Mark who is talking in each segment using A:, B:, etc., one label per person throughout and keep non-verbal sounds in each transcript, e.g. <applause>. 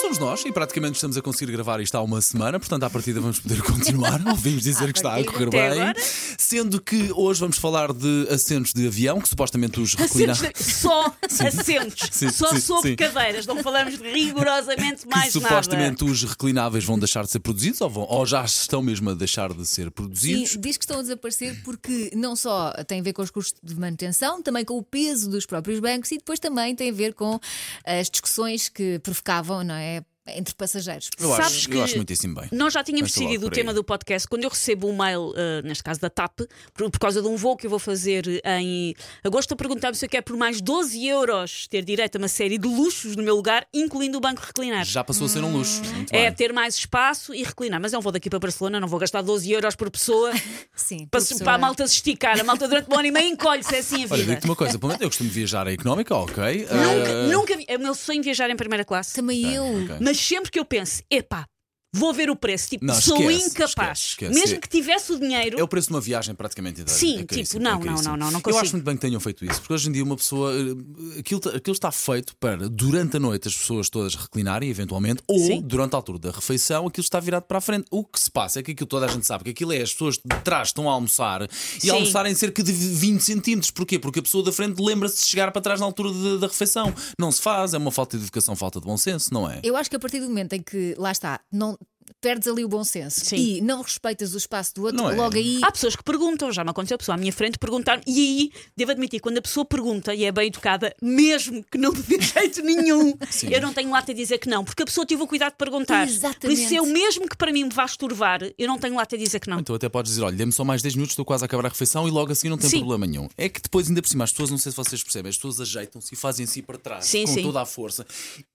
A: Somos nós e praticamente estamos a conseguir gravar isto há uma semana, portanto, à partida vamos poder <laughs> continuar. Ouvimos dizer que está a correr
B: até
A: bem.
B: agora.
A: Sendo que hoje vamos falar de assentos de avião, que supostamente os reclinar.
B: Assentos de- Só assentos,
A: Sim,
B: só
A: sim,
B: sobre
A: sim.
B: cadeiras, não falamos de rigorosamente
A: Que
B: mais nada.
A: supostamente os reclináveis vão deixar de ser produzidos ou, vão- ou já estão mesmo a deixar de ser
C: Sim,
A: produzidos.
C: diz que estão a desaparecer porque não só tem a ver com os custos de manutenção, também com o peso dos próprios bancos e depois também tem a ver com as discussões que provocavam, não é? Entre passageiros.
A: Eu,
B: Sabes
A: acho,
B: que
A: eu acho muitíssimo bem.
B: Nós já tínhamos
A: Começa logo
B: decidido o
A: tá por aí.
B: tema do podcast quando eu recebo um mail, eh, neste caso da TAP, por, por causa de um voo que eu vou fazer em agosto, a perguntar-me se eu "Ah, quero por mais 12 euros ter direito a uma série de luxos no meu lugar, incluindo o banco reclinar.
A: Já passou a ser um luxo. Muito
B: É
A: bem.
B: ter mais espaço e reclinar. Mas eu não vou daqui para Barcelona, não vou gastar 12 euros por <laughs> pessoa
C: Sim,
B: para,
C: professora.
B: para a malta se esticar. A malta durante uma hora e meia encolhe-se, é assim a
A: Olha,
B: vida.
A: digo-te uma coisa, pelo menos eu costumo viajar em económica, ok.
B: Nunca,
A: Ah,
B: nunca vi. É o meu sonho viajar em primeira classe.
C: Também eu.
A: ok.
B: Mas sempre que eu penso, epá, vou ver o preço, tipo,
A: Não,
B: sou
A: esquece,
B: incapaz.
A: esquece, esquece.
B: Mesmo que tivesse o dinheiro.
A: É o preço de uma viagem praticamente inteira.
B: Sim,
A: É
B: tipo,
A: caríssimo,
B: não,
A: é caríssimo.
B: não, não, não, não
A: Eu
B: consigo.
A: acho muito bem que tenham feito isso, porque hoje em dia uma pessoa. eh, Aquilo, ta- aquilo está feito para, durante a noite, as pessoas todas reclinarem, eventualmente, ou
B: Sim.
A: durante a altura da refeição, aquilo está virado para a frente. O que se passa é que aquilo toda a gente sabe que aquilo é as pessoas de trás estão a almoçar e
B: Sim.
A: a almoçarem cerca de 20 centímetros. Porquê? Porque a pessoa da frente lembra-se de chegar para trás na altura de- da refeição. Não se faz, é uma falta de educação, falta de bom senso, não é?
C: Eu acho que a partir do momento em que, lá está, não perdes ali o bom senso
B: Sim. Ah.
C: e não respeitas o espaço do outro,
A: Não é?
C: logo aí.
B: Há pessoas que perguntam, já me aconteceu, a pessoa à minha frente perguntar e aí, devo admitir, quando a pessoa pergunta e é bem educada, mesmo que não dê <laughs> jeito nenhum, eu não tenho lata a dizer que não, porque a pessoa teve o cuidado de perguntar. Por isso,
C: Exatamente.
B: eu mesmo que para mim me vá esturvar, eu não tenho lata a dizer que não.
A: Então até podes dizer, olha, dê-me só mais 10 minutos, estou quase a acabar a refeição e logo assim não tem
B: Sim.
A: problema nenhum. É que depois, ainda por cima, as pessoas, não sei se vocês percebem, as pessoas ajeitam-se e fazem-se para trás
B: Sim,
A: com
B: sim.
A: toda a força.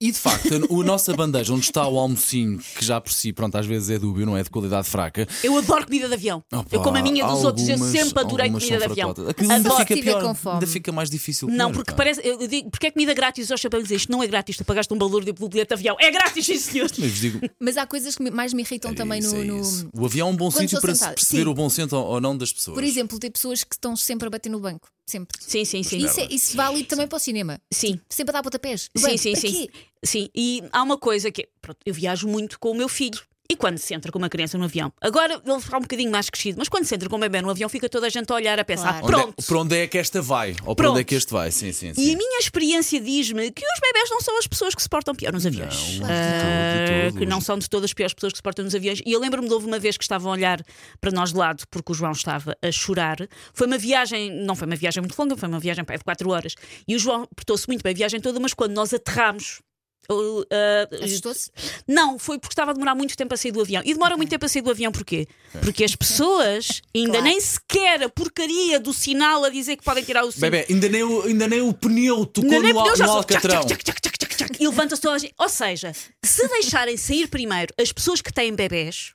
A: E de facto, a, a nossa bandeja, onde está o almocinho, que já por si, pronto, às vezes é dúbio, não é de qualidade fraca.
B: Eu adoro comida de avião.
A: Opa,
B: eu como a minha dos outros, eu
A: algumas-
B: sempre adorei
A: algumas
B: comida de
A: são Então.
B: avião.
A: fracotas. A comida ainda
C: Adoro.
A: fica
C: Se estiver
A: pior,
C: com fome.
A: ainda fica mais difícil.
B: Não,
A: comer,
B: porque
A: pá.
B: parece. Eu digo, porque é comida grátis? Os chapéus dizem isto não é grátis, tu pagaste um valor de pelo bilhete de avião. É grátis, sim, senhor.
A: Mas vos digo,
C: Mas há coisas que me- mais me irritam
A: é
C: também
A: isso,
C: no.
A: é
C: no-
A: isso. O avião é um bom
C: Quando
A: sítio
C: estou
A: para se
C: sentada,
A: perceber
C: sim.
A: o bom senso ou ou não das pessoas.
C: Por exemplo, tem pessoas que estão sempre a bater no banco. Sempre.
B: Sim, sim, sim.
C: Isso, é- isso vale também para o cinema.
B: Sim.
C: Sempre a dar pontapés. No
B: Sim,
C: banco.
B: sim,
C: Para
B: sim.
C: quê?
B: Sim, e há uma coisa que é, pronto, eu viajo muito com o meu filho. E quando se entra com uma criança no avião? Agora ele está um bocadinho mais crescido, mas quando se entra com um bebê no avião, fica toda a gente a olhar a pensar,
C: Claro.
A: Onde é-
B: pronto.
A: para onde é que esta vai? Ou para
B: Pronto.
A: onde é que este vai? Sim, sim, sim.
B: E a minha experiência diz-me que os bebés não são as pessoas que se portam pior nos aviões.
A: Então, de todo, de
B: Ah,
A: todo.
B: que não são de todas as piores pessoas que se portam nos aviões. E eu lembro-me de houve uma vez que estavam a olhar para nós de lado porque o João estava a chorar. Foi uma viagem, não foi uma viagem muito longa, foi uma viagem pá, é de 4 horas. E o João portou-se muito bem a viagem toda, mas quando nós aterramos. ele, ah,
C: Assustou-se?
B: não, foi porque estava a demorar muito tempo a sair do avião. E demora muito tempo a sair do avião porquê? Porque as pessoas ainda
C: Claro.
B: nem sequer a porcaria do sinal a dizer que podem tirar o cinto.
A: Bebé, ainda nem o, ainda nem o pneu tocou
B: Não, nem
A: no,
B: pneu,
A: al-
B: já
A: no
B: sou-
A: alcatrão.
B: tchac, tchac, tchac, tchac, tchac, tchac, E levanta-se toda a gente. Ou seja, se deixarem sair primeiro as pessoas que têm bebés.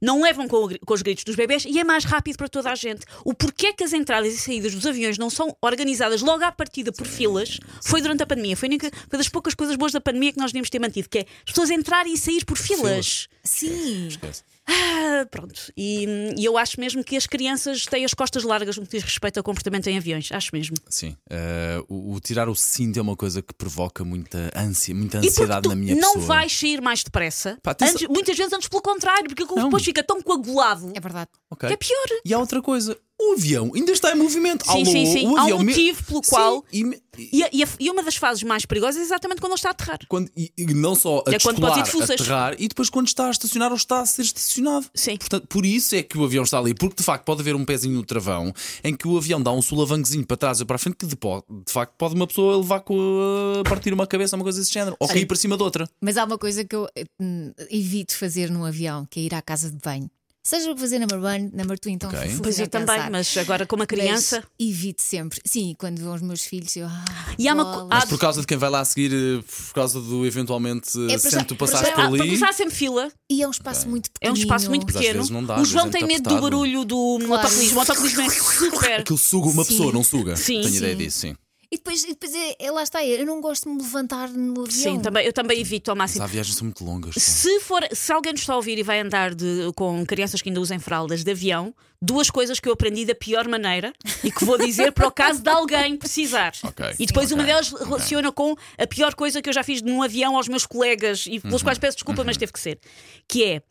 B: Não levam com, o gri- com os gritos dos bebés e é mais rápido para toda a gente. O porquê é que as entradas e saídas dos aviões não são organizadas logo à partida por filas foi durante a pandemia. Foi, a única- foi das poucas coisas boas da pandemia que nós devíamos ter mantido, que é as pessoas entrarem e sair por filas.
C: Sim.
B: Ah, pronto. E, hum, e eu acho mesmo que as crianças têm as costas largas no que diz respeito ao comportamento em aviões. Acho mesmo.
A: Sim, eh, o, o tirar o cinto é uma coisa que provoca muita ânsia, muita
B: E porque
A: ansiedade
B: tu
A: na minha
B: não
A: pessoa.
B: vais sair mais depressa.
A: Pá, tens-
B: Antes- muitas vezes antes pelo contrário, porque aquilo
A: Não.
B: depois fica tão coagulado
C: É verdade.
A: Ok.
B: que é pior.
A: E há outra coisa, o avião ainda está em movimento.
B: Sim,
A: Alô,
B: sim, sim.
A: O
B: Há um
A: avião me-
B: motivo pelo
A: Sim,
B: qual-
A: E, me- e-
B: E, a- e a- e uma das fases mais perigosas é exatamente quando ele está a aterrar.
A: quando- e- e não só a
B: É quando
A: descolar,
B: podes ir de fuças.
A: aterrar, e depois quando está a estacionar ou está a ser estacionado.
B: Sim.
A: Portanto, por isso é que o avião está ali, porque de facto pode haver um pezinho no travão em que o avião dá um sulavanguezinho para trás ou para a frente que de, po- de facto pode uma pessoa levar com a partir uma cabeça, uma coisa desse género, ou cair para cima de outra.
C: Mas há uma coisa que eu eh, hum, evito fazer num avião, que é ir à casa de banho. Seja para fazer number one, number two, então
A: Ok.
C: fui
B: Pois
C: nem
B: eu também,
C: pensar.
B: mas agora com uma criança.
C: Mas evito sempre. Sim, quando vão os meus filhos, eu. Ah,
B: E há uma co-
C: bolas.
B: há-
A: Mas por causa de quem vai lá a seguir, eh, por causa do eventualmente eh,
C: É para já-
A: sendo tu
C: para
A: passaste
C: já-
A: por
B: Ah, para
A: ali.
B: começar sempre fila,
C: E é um espaço muito
B: é um
C: pequeno.
B: espaço muito
A: Mas às
B: pequeno.
A: vezes não dá,
B: o
A: às
B: João
A: vezes é
B: tem
A: muito
B: medo do
A: apertado.
B: barulho do
C: Claro.
B: motocolismo. O motocolismo é super.
A: Aquilo suga uma
C: Sim.
A: pessoa, não suga?
B: Sim,
A: Tenho
C: sim.
A: ideia disso, sim.
C: E depois, e depois é, é- lá está, eu não gosto de me levantar no avião.
B: Sim, também, eu também evito ao
A: Mas
B: máximo.
A: há viagens que são muito longas. pá.
B: Se, for, se alguém nos está a ouvir e vai andar de- com crianças que ainda usem fraldas de avião, duas coisas que eu aprendi da pior maneira e que vou dizer para o caso de alguém precisar.
A: Ok.
B: E depois
A: Sim,
B: uma
A: ok,
B: delas
A: ok.
B: relaciona com a pior coisa que eu já fiz num avião aos meus colegas e
A: Uhum.
B: pelos quais peço desculpa, mas teve que ser. Que é.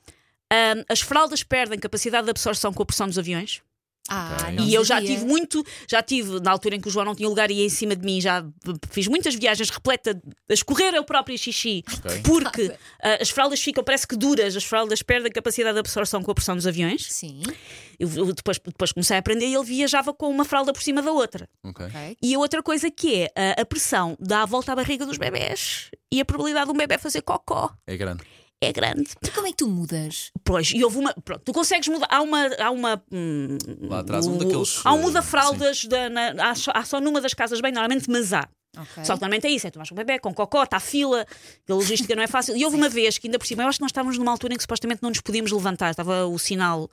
B: hum, as fraldas perdem capacidade de absorção com a pressão dos aviões.
C: Ah,
A: Ok.
C: não
B: e eu já
C: sabia.
B: tive muito, já tive, na altura em que o João não tinha lugar e ia em cima de mim, já fiz muitas viagens repleta a escorrer o próprio xixi,
A: Ok.
B: porque ah, as fraldas ficam, parece que duras, as fraldas perdem a capacidade de absorção com a pressão dos aviões.
C: Sim,
B: Eu, eu depois, depois comecei a aprender e ele viajava com uma fralda por cima da outra.
A: Ok.
C: ok.
B: E a outra coisa que é ah, a pressão dá a volta à barriga dos bebés e a probabilidade de um bebê fazer cocó
A: É grande.
B: é grande.
C: E como é que tu mudas?
B: Pois, e houve uma. Pronto, tu consegues mudar. Há uma. Há uma. hum,
A: Lá atrás, um
B: o-
A: daqueles,
B: Há um
A: eh,
B: muda-fraldas. da- na- Há, só- há só numa das casas bem, normalmente, mas há.
C: Ok.
B: Só que normalmente é isso, é tu vais com o bebê, com cocó, está a fila, a logística não é fácil. E houve uma vez que ainda por cima, eu acho que nós estávamos numa altura em que supostamente não nos podíamos levantar, estava o sinal.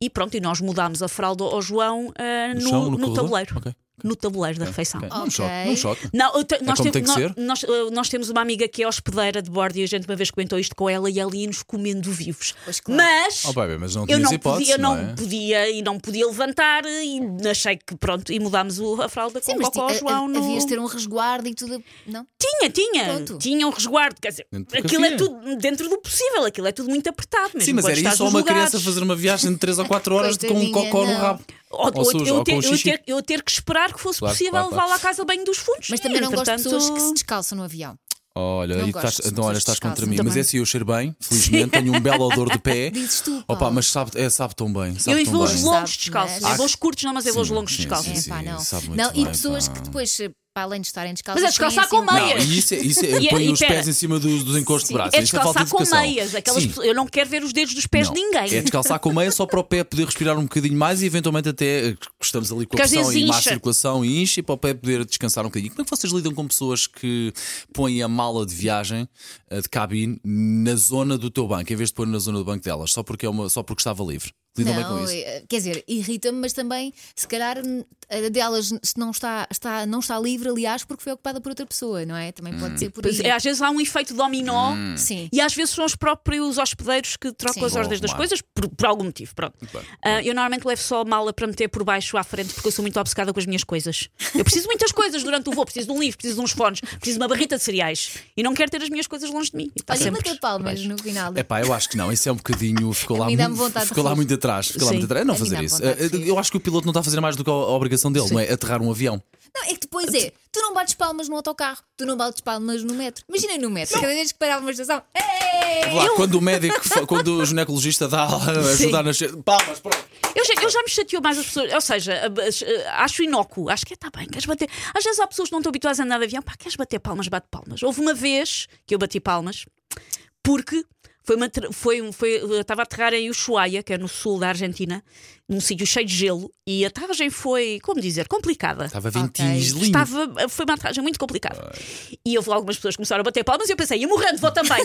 B: E pronto, e nós mudámos a fralda ao João ah,
A: No
B: no,
A: chão, no
B: no
A: corredor?
B: tabuleiro.
A: Ok.
B: No tabuleiro da refeição.
A: Ok. Não me choque, não me choque.
B: Não, eu te- nós,
A: como
B: temos-
A: tem que
B: nó-
A: ser?
B: nós, uh, nós temos uma amiga que é hospedeira de bordo e a gente uma vez comentou isto com ela e ela ia-nos comendo vivos.
C: Pois claro.
B: Mas.
A: Oh, bebê, mas não
B: eu
A: tinhas
B: não,
A: hipótese.
B: podia,
A: não
B: não
A: é?
B: podia e não podia levantar e achei que pronto, e mudámos o- a fralda
C: Sim,
B: com
C: mas
B: cocó ao
C: ti-
B: João.
C: a- a-
B: no-
C: havias de ter um resguardo e tudo. Não?
B: Tinha, tinha,
C: Pronto.
B: tinha um resguardo, quer dizer,
A: Dentro do
B: aquilo é
A: café.
B: tudo dentro do possível, aquilo é tudo muito apertado mesmo.
A: Sim, mas
B: quando
A: era
B: estás
A: isso ou
B: nos
A: uma
B: lugares.
A: criança fazer uma viagem de 3 ou 4 horas de- com um
C: Coitadinha,
A: cocó no
C: não.
A: rabo.
B: Ou,
A: Ou
B: ou-
A: sujo,
B: eu,
A: ou com
B: ter,
A: o
B: eu
A: xixi.
B: ter- eu ter que esperar que fosse
A: Claro,
B: possível
A: claro, claro.
B: levá-lo à casa bem dos fundos.
C: Mas também não gosto de
B: Entretanto-
C: pessoas que se descalçam no avião.
A: Olha,
C: Não
A: aí
C: gosto
A: estás,
C: de
A: então, olha,
C: pessoas
A: estás contra
C: descalças.
A: mim. Mas
C: Também.
A: esse eu cheiro
B: <laughs>
A: bem, felizmente, tenho um belo odor de pé.
C: Dizes tu, Paulo.
A: Opa, mas sabe, é, sabe tão bem.
B: Eu
A: Sabe
B: em
A: tão
B: voos
A: bem.
B: longos
C: Sabe,
B: descalços.
C: mas-
B: Em voos curtos, não, mas em voos
A: Sim,
B: longos
A: sim,
B: descalços.
C: É
A: Sim,
C: pá, não.
A: sabe muito
C: não e
A: bem,
C: pessoas
A: pá.
C: que depois, eh, para além de estarem descalças,
B: Mas é
C: têm
B: descalçar
C: assim
B: com
C: um-
A: Não,
B: meias.
A: e isso, é- isso
B: <laughs>
A: é,
B: E é-
A: põe
B: e
A: os
B: pera.
A: pés em cima dos, dos encostos de braços.
B: É
A: isso falta
B: descalçar
A: de
B: com
A: educação.
B: meias. Aquelas
A: Sim.
B: pessoas- eu não quero ver os dedos dos pés
A: Não,
B: de ninguém.
A: É descalçar com meia só para o pé poder respirar um bocadinho mais e eventualmente até eh, que estamos ali com a
B: Porque às
A: pressão
B: vezes
A: e má
B: incha.
A: circulação e enche e para o pé poder descansar um bocadinho. Como é que vocês lidam com pessoas que põem a mala de viagem eh, de cabine na zona do teu banco em vez de pôr na zona do banco delas só porque, é uma, só porque estava livre? Lidam bem com
C: Não,
A: isso?
C: eh, quer dizer, irrita-me, mas também, se calhar, hum, a delas se não está, está, não está livre, aliás, porque foi ocupada por outra pessoa, não é? Também
A: Hum.
C: pode ser por
B: Pois
C: aí.
B: é, Às vezes há um efeito dominó.
C: Sim.
B: E às vezes são os próprios hospedeiros que trocam
C: Sim.
B: as
A: Vou
B: ordens das
A: arrumar.
B: coisas por, por algum motivo. Pronto.
A: bem.
B: Ah, eu normalmente levo só a mala para meter por baixo à frente porque eu sou muito obcecada com as minhas coisas. Eu preciso de muitas coisas durante o voo. Preciso de um livro, preciso de uns fones, preciso de uma barrita de cereais. E não quero ter as minhas coisas longe de mim. E está
C: Olha,
B: sempre
C: bater palmas no final.
A: É pá, eu acho que não, isso é um bocadinho. Ficou lá,
C: mim dá-me
A: muito,
C: vontade de
A: ficou lá
C: rir.
A: muito atrás. Ficou lá
B: Sim.
A: muito atrás. É não
C: A mim
A: fazer
C: dá-me
A: isso.
C: vontade de
A: Eh,
C: rir.
A: Eu acho que o piloto não está a fazer mais do que a a obrigação dele, não é? Aterrar um avião.
C: Não, é que depois é, tu não bates palmas no autocarro, tu não bates palmas no metro. Imagina no metro, cada vez que parava uma estação, "Ei!"
A: Lá, Quando o médico, fa- quando o ginecologista
C: <laughs>
A: dá ajuda a nascer. Palmas, pronto.
B: Eu já, eu já me chateo mais as pessoas, ou seja, ab- as- eh, acho inócuo, acho que está bem, queres bater. Às vezes há pessoas que não estão habituadas a andar de avião, pá, queres bater palmas, bate palmas. Houve uma vez que eu bati palmas porque foi uma, tra- foi, um- foi, eu estava a aterrar em Ushuaia, que é no sul da Argentina, num sítio cheio de gelo, e a aterragem foi, como dizer, complicada.
A: Estava ventinho,
C: Ok.
A: lindo.
B: Estava, foi uma aterragem muito complicada. E houve lá algumas pessoas que começaram a bater palmas e eu pensei, e morrendo,
A: <laughs>
B: vou também.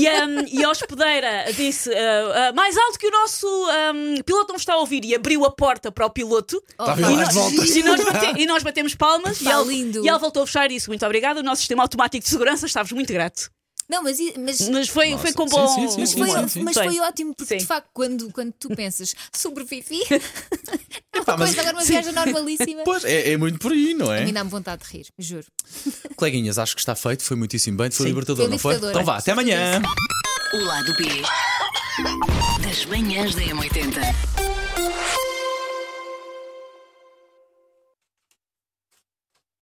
B: e, hum, e a hospedeira disse, ah, ah, mais alto que o nosso hum, piloto não está a ouvir, e abriu a porta para o piloto.
A: Estava lá
C: oh, E nós-
A: às
C: <laughs>
A: voltas.
B: E nós, bate- e nós batemos palmas e
C: Pá,
B: ela,
C: lindo.
B: e ela voltou a fechar e disse muito obrigada. O nosso sistema automático de segurança, estávamos muito grato.
C: Não, mas, i- mas,
B: Mas foi,
A: Nossa.
B: foi um com
A: Sim,
B: bom.
A: sim, sim,
C: mas
A: sim,
C: foi,
A: sim, sim.
C: mas foi ótimo, porque
B: Sim.
C: de facto, quando, quando tu pensas, sobrevivi,
A: Pá, mas-
C: depois agora uma viagem normalíssima.
A: Pois, é, é muito por aí, não
C: A
A: é?
C: mim dá-me vontade de rir, juro.
A: Coleguinhas, acho que está feito, foi muitíssimo bem, foi libertador,
C: Foi
A: não foi?
C: libertador. é.
A: Então vá, até amanhã.
D: O lado B das manhãs da M80.